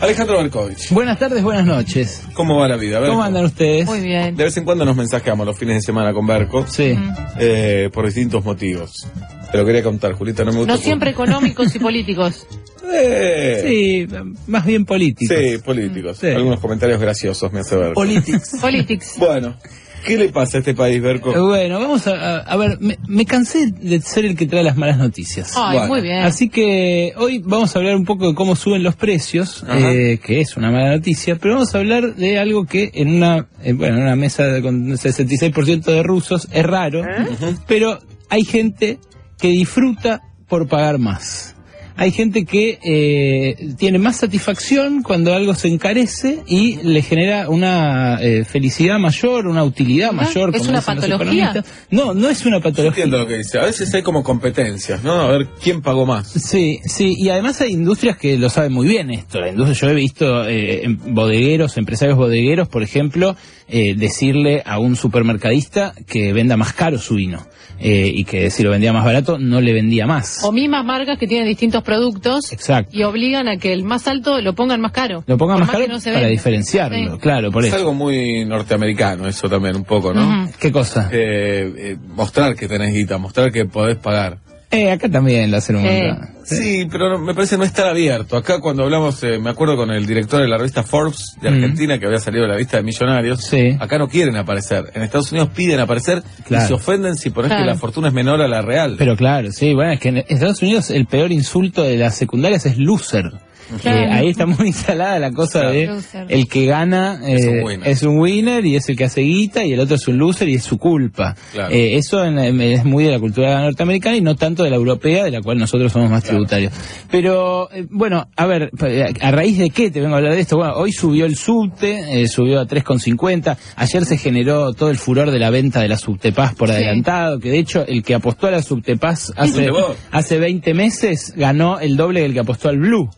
Alejandro Berkovich, Buenas tardes, buenas noches. ¿cómo va la vida? Berko? ¿Cómo andan ustedes? Muy bien. Mm. De vez en cuando nos mensajeamos los fines de semana con Berco Sí. eh, por distintos motivos. Te lo quería contar, Julita, no me gusta. No siempre económicos y políticos. Eh, Sí, más bien sí, políticos. políticos. Sí. Algunos comentarios graciosos me hace Berco. Politics. Politics. bueno, ¿qué le pasa a este país, Berco? Eh, Bueno, vamos a, a- a ver, me, me cansé de ser el que trae las malas noticias. Ay, Bueno, muy bien. Así que hoy vamos a hablar un poco de cómo suben los precios, Ajá. eh, que es una mala noticia, pero vamos a hablar de algo que en una, eh, bueno, en una mesa con 66% de rusos es raro, ¿Eh? pero hay gente que disfruta por pagar más. Hay gente que eh, tiene más satisfacción cuando algo se encarece y le genera una eh, felicidad mayor, una utilidad Ajá. mayor. ¿Es como una dicen los patología? economistas. No, no es una Yo patología. entiendo lo que dice. A veces hay como competencias, ¿no? A ver quién pagó más. Sí, sí, y además hay industrias que lo saben muy bien esto. La industria, yo he visto eh, em- bodegueros, empresarios bodegueros, por ejemplo, eh, decirle a un supermercadista que venda más caro su vino eh, y que si lo vendía más barato no le vendía más. O mismas marcas que tienen distintos productos Exacto. y obligan a que el más alto lo pongan más caro. Lo pongan Por más caro que no se para venda. diferenciarlo, Sí. claro, por Es eso. algo muy norteamericano eso también, un poco, ¿no? Ujú. ¿Qué cosa? Eh, eh, mostrar que tenés guita, mostrar que podés pagar. Eh, acá también lo hacen un Eh. montón. Sí, pero no- me parece no estar abierto. Acá cuando hablamos, eh, me acuerdo con el director de la revista Forbes de Mm. Argentina, que había salido de la lista de millonarios, Sí. acá no quieren aparecer. En Estados Unidos piden aparecer y Claro. se ofenden si pones que Claro. la fortuna es menor a la real. Pero claro, sí, bueno, es que en Estados Unidos el peor insulto de las secundarias es loser. Claro. Eh, ahí está muy instalada la cosa Claro. de Loser. el que gana Es un eh, winner. es un winner y es el que hace guita y el otro es un loser y es su culpa. Claro. Eh, eso en- en- es muy de la cultura norteamericana y no tanto de la europea, de la cual nosotros somos más tributarios. Pero eh, bueno, a ver, pa- eh, a raíz de qué te vengo a hablar de esto. Bueno, hoy subió el subte, eh, subió a 3,50. Ayer se generó todo el furor de la venta de la subtepaz por Sí. adelantado, que de hecho el que apostó a la subtepaz hace, Fuiste vos. hace 20 meses ganó el doble del que apostó al blue.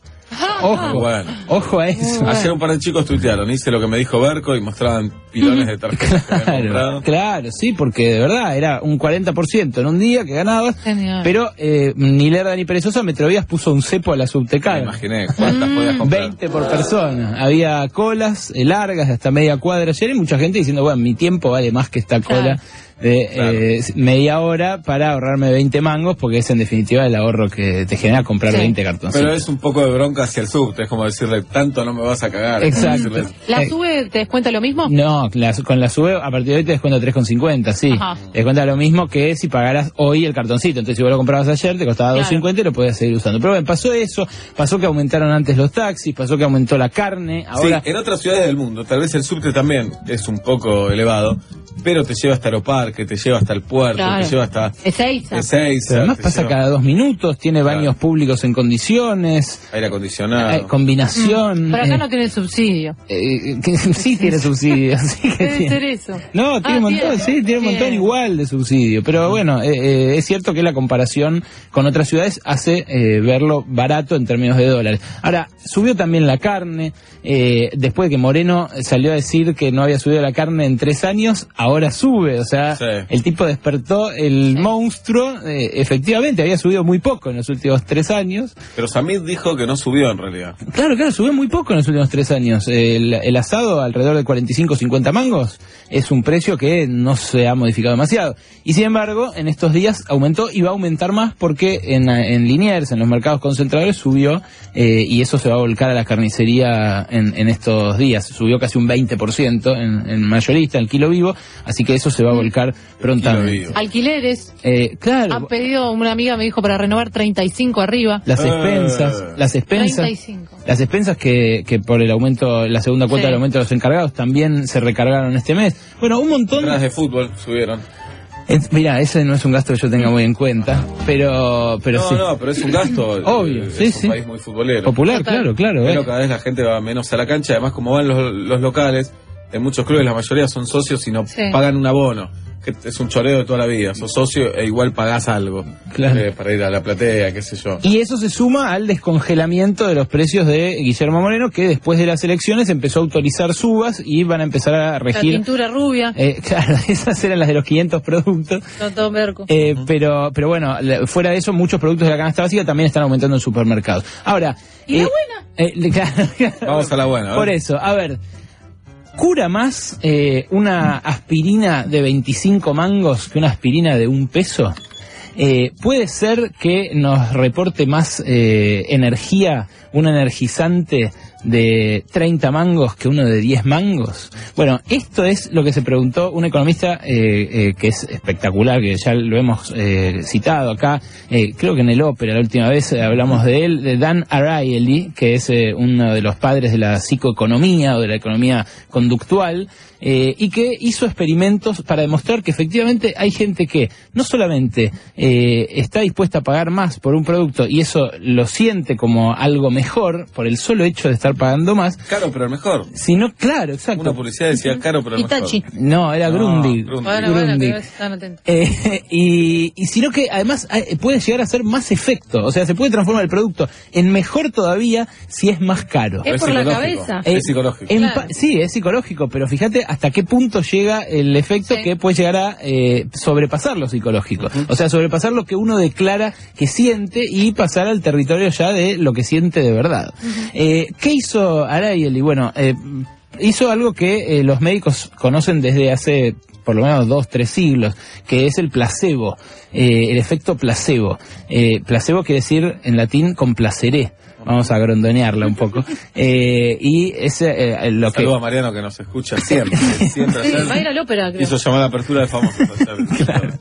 Ojo, Ah. Bueno. ojo a eso. Ayer un par de chicos tuitearon, hice lo que me dijo Berco y mostraban pilones de tarjetas que habían Claro, comprado. claro, sí, porque de verdad era un 40% en un día que ganabas, Genial. pero eh, ni Lerda ni Perezosa Metrovías puso un cepo a la Me subtecada. imaginé cuántas podías comprar. 20 por persona. Había colas eh, largas de hasta media cuadra ayer y mucha gente diciendo, bueno, mi tiempo vale más que esta cola Claro. de Claro. eh, media hora para ahorrarme 20 mangos, porque es en definitiva el ahorro que te genera comprar Sí. 20 cartones. Pero es un poco de bronca hacia el subte, es como decirle, tanto no me vas a cagar. Es como Exacto. decirle, ¿La Eh, sube te descuenta lo mismo? No, la- con la sube, a partir de hoy te descuenta 3,50, sí. Ajá. Te descuenta lo mismo que si pagaras hoy el cartoncito. Entonces, si vos lo comprabas ayer, te costaba Claro. 2,50 y lo podías seguir usando. Pero bueno, pasó eso, pasó que aumentaron antes los taxis, pasó que aumentó la carne, ahora... Sí, en otras ciudades del mundo, tal vez el subte también es un poco elevado, pero te lleva hasta Aeroparque, te lleva hasta el puerto, Claro. te lleva hasta Es Ezeiza. Ezeiza. Pero además te pasa lleva cada dos minutos, tiene Claro. baños públicos en condiciones, Aire acondicionado. eh, combinación. Mm. Pero acá no eh, tiene subsidio. eh, que sí tiene subsidio, sí que Debe tiene. ser eso. No, tiene Ah, un montón, sí, tiene un Bien. montón igual de subsidio. Pero bueno, eh, eh, es cierto que la comparación con otras ciudades hace eh, verlo barato en términos de dólares. Ahora, subió también la carne. eh, después de que Moreno salió a decir que no había subido la carne en tres años, ahora sube. O sea, Sí. el tipo despertó el monstruo. eh, efectivamente, había subido muy poco en los últimos tres años. Pero Samid dijo que no subió en realidad. Claro, claro, subió muy poco en los últimos tres años. El, el asado, alrededor de 45 50 mangos, es un precio que no se ha modificado demasiado. Y sin embargo, en estos días aumentó y va a aumentar más porque en, en Liniers, en los mercados concentradores, subió eh, y eso se va a volcar a la carnicería en, en estos días. Subió casi un 20% en, en mayorista, en kilo vivo, así que eso se va a volcar prontamente. vivo. Alquileres. Eh, Han claro, pedido, una amiga me dijo, para renovar 35 arriba. las Eh. expensas, las expensas. 35. Las expensas que, que por el aumento, la segunda cuota Sí. del aumento de los encargados también se recargaron este mes. Bueno, un montón. Entradas de fútbol subieron. Es- mira, ese no es un gasto que yo tenga muy en cuenta, pero, pero no, sí. no, pero es un gasto. Obvio, Eh, sí, es un sí. país muy futbolero. Popular, Total. claro, claro. Pero eh. cada vez la gente va menos a la cancha. Además, como van los, los locales, en muchos clubes la mayoría son socios y no Sí. pagan un abono. que es un choreo de toda la vida. Sos socio e igual pagás algo Claro. eh, para ir a la platea, qué sé yo. Y eso se suma al descongelamiento de los precios de Guillermo Moreno, que después de las elecciones empezó a autorizar subas y van a empezar a La regir. pintura rubia, eh, claro, esas eran las de los 500 productos. no todo merco. Eh, pero, pero bueno, la- fuera de eso, muchos productos de la canasta básica también están aumentando en supermercados. Ahora. ¿Y la eh, eh, le- claro, Vamos a la buena. a ver. Por eso, a ver. ¿Cura más eh, una aspirina de 25 mangos que una aspirina de un peso? Eh, ¿Puede ser que nos reporte más eh, energía un energizante de 30 mangos que uno de 10 mangos? Bueno, esto es lo que se preguntó un economista eh, eh, que es espectacular, que ya lo hemos eh, citado acá, eh, creo que en el ópera la última vez eh, hablamos de él, de Dan Ariely, que es eh, uno de los padres de la psicoeconomía o de la economía conductual, eh, y que hizo experimentos para demostrar que efectivamente hay gente que no solamente eh, está dispuesta a pagar más por un producto y eso lo siente como algo mejor por el solo hecho de estar pagando más, Caro pero el mejor. sino, claro, exacto. Una publicidad decía caro pero el mejor. Itachi. No, era No, Grundy. Grundy. Bueno, bueno, Grundy. que están atentos. Eh, y, y sino que además eh, puede llegar a ser más efecto, o sea, se puede transformar el producto en mejor todavía si es más caro. Es por la psicológico, cabeza. Eh, Es psicológico. en Claro. pa- Sí, es psicológico, pero fíjate hasta qué punto llega el efecto Sí. que puede llegar a eh, sobrepasar lo psicológico. O sea, sobrepasar lo que uno declara que siente y pasar al territorio ya de lo que siente de verdad. Eh, ¿Qué hizo Arayeli? Bueno, eh, hizo algo que eh, los médicos conocen desde hace por lo menos dos, tres siglos, que es el placebo, eh, el efecto placebo. Eh, placebo quiere decir en latín complaceré. Vamos a grondonearla un poco. Eh, y ese, eh, lo que... Saludo a Mariano que nos escucha siempre. siempre Sí, ayer va a ir al ópera, creo. hizo llamada a apertura de famosos. ayer.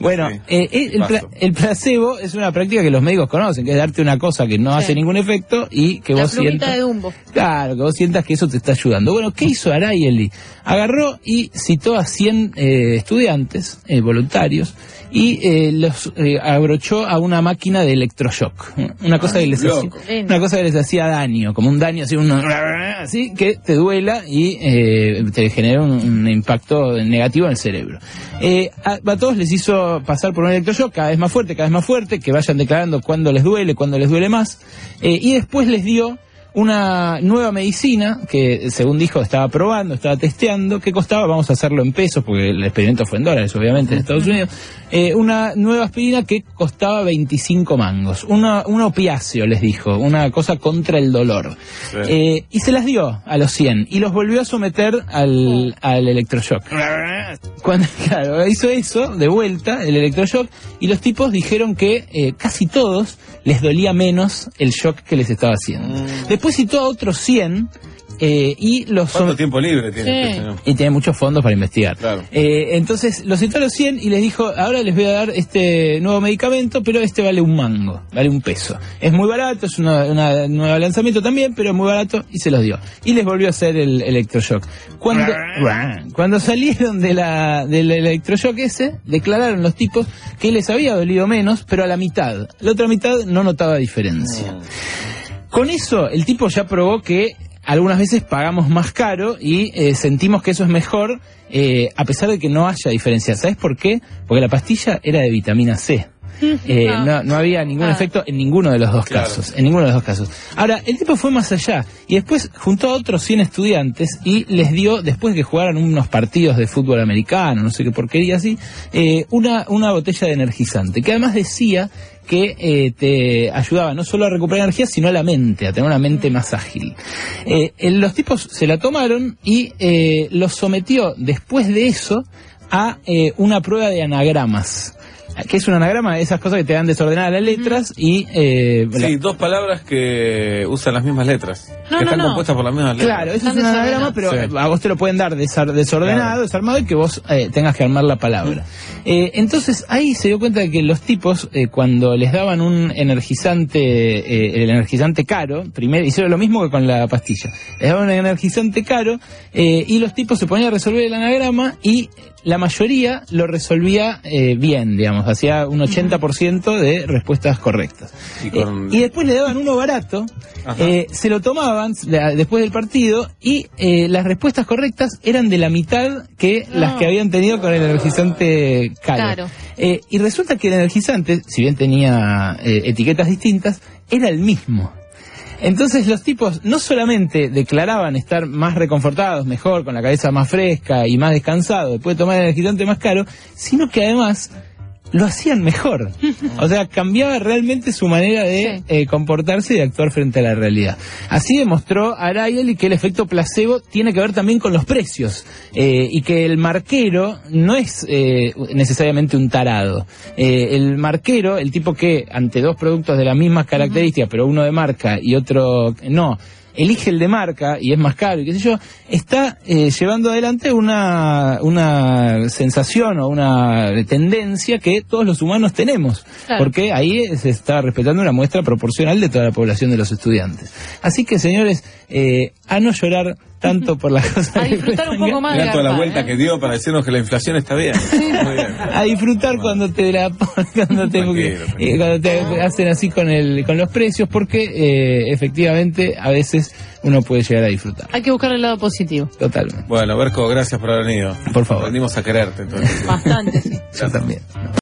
Bueno, Sí. eh, eh, el, pla- Paso. el placebo es una práctica que los médicos conocen, que es darte una cosa que no Sí. hace ningún efecto y que La vos plumita sientas... de Dumbo. Claro, que vos sientas que eso te está ayudando. Bueno, ¿qué hizo Arayeli? Agarró y citó a 100 eh, estudiantes, eh, voluntarios, y eh, los eh, abrochó a una máquina de electroshock. Una cosa, que les hacía, loco. Lindo. una cosa que les hacía daño, como un daño así, un- así que te duela y eh, te genera un, un impacto negativo en el cerebro. Eh, a, a todos les hizo pasar por un electroshock cada vez más fuerte, cada vez más fuerte, que vayan declarando cuándo les duele, cuándo les duele más, eh, y después les dio una nueva medicina que, según dijo, estaba probando, estaba testeando, que costaba, vamos a hacerlo en pesos, porque el experimento fue en dólares, obviamente, en Estados Unidos, eh, una nueva aspirina que costaba 25 mangos, una, un opiáceo, les dijo, una cosa contra el dolor. Sí. Eh, y se las dio a los 100 y los volvió a someter al, al electroshock. Cuando, claro, hizo eso, de vuelta, el electroshock, y los tipos dijeron que eh, casi todos les dolía menos el shock que les estaba haciendo. Después citó a otros 100 eh, y los... ¿Cuánto som- tiempo libre tiene Sí. este señor? y tiene muchos fondos para investigar. Claro. Eh, entonces los citó a los 100 y les dijo, ahora les voy a dar este nuevo medicamento, pero este vale un mango, vale un peso. Es muy barato, es una- una- un nuevo lanzamiento también, pero muy barato y se los dio. Y les volvió a hacer el electroshock. Cuando, cuando salieron de la, del electroshock ese, declararon los tipos que les había dolido menos, pero a la mitad. La otra mitad no notaba diferencia. Con eso, el tipo ya probó que algunas veces pagamos más caro y eh, sentimos que eso es mejor, eh, a pesar de que no haya diferencia. ¿Sabes por qué? Porque la pastilla era de vitamina C. Eh, Ah. no, no había ningún Ah. efecto en ninguno de los dos Claro. casos. En ninguno de los dos casos. Ahora, el tipo fue más allá y después juntó a otros 100 estudiantes y les dio, después de que jugaran unos partidos de fútbol americano, no sé qué porquería así, eh, una, una botella de energizante, que además decía que eh, te ayudaba no solo a recuperar energía, sino a la mente, a tener una mente más ágil. Eh, eh, los tipos se la tomaron y eh, los sometió después de eso a eh, una prueba de anagramas. que es un anagrama? Esas cosas que te dan desordenadas las letras y... eh, la- Sí, dos palabras que usan las mismas letras. No, que no, están no. compuestas por las mismas letras. Claro, eso es Están un anagrama, desordenados. pero Sí. eh, a vos te lo pueden dar desar- desordenado, Claro. desarmado y que vos eh, tengas que armar la palabra. Eh, entonces ahí se dio cuenta de que los tipos, eh, cuando les daban un energizante, eh, el energizante caro, primero hicieron lo mismo que con la pastilla. Les daban un energizante caro eh, y los tipos se ponían a resolver el anagrama y la mayoría lo resolvía eh, bien, digamos, puntos, hacía un 80% de respuestas correctas. Y con- Eh, y después le daban uno barato, Ajá. eh, se lo tomaban la- después del partido y eh, las respuestas correctas eran de la mitad que No. las que habían tenido con el energizante caro. Claro. Eh, y resulta que el energizante, si bien tenía eh, etiquetas distintas, era el mismo. Entonces los tipos no solamente declaraban estar más reconfortados, mejor, con la cabeza más fresca y más descansado después de tomar el energizante más caro, sino que además lo hacían mejor. O sea, cambiaba realmente su manera de Sí. eh, comportarse y de actuar frente a la realidad. Así demostró Arayeli que el efecto placebo tiene que ver también con los precios eh, y que el marquero no es eh, necesariamente un tarado. Eh, el marquero, el tipo que ante dos productos de las mismas características, pero uno de marca y otro no, elige el de marca y es más caro y qué sé yo, está eh, llevando adelante una, una sensación o una tendencia que todos los humanos tenemos, Claro. porque ahí se está respetando una muestra proporcional de toda la población de los estudiantes. Así que, señores, eh, a no llorar tanto por las cosas. A que disfrutar un cuestan poco más de Mirá toda la garpa, vuelta ¿eh? que dio para decirnos que la inflación está bien. Muy bien. a disfrutar cuando te la- cuando te, Tranquilo, tranquilo. eh, cuando te hacen así con el con los precios porque eh, efectivamente a veces uno puede llegar a disfrutar Hay que buscar el lado positivo. totalmente Bueno, Berco, gracias por haber venido. Por favor. Aprendimos a quererte entonces. Bastante, sí. yo también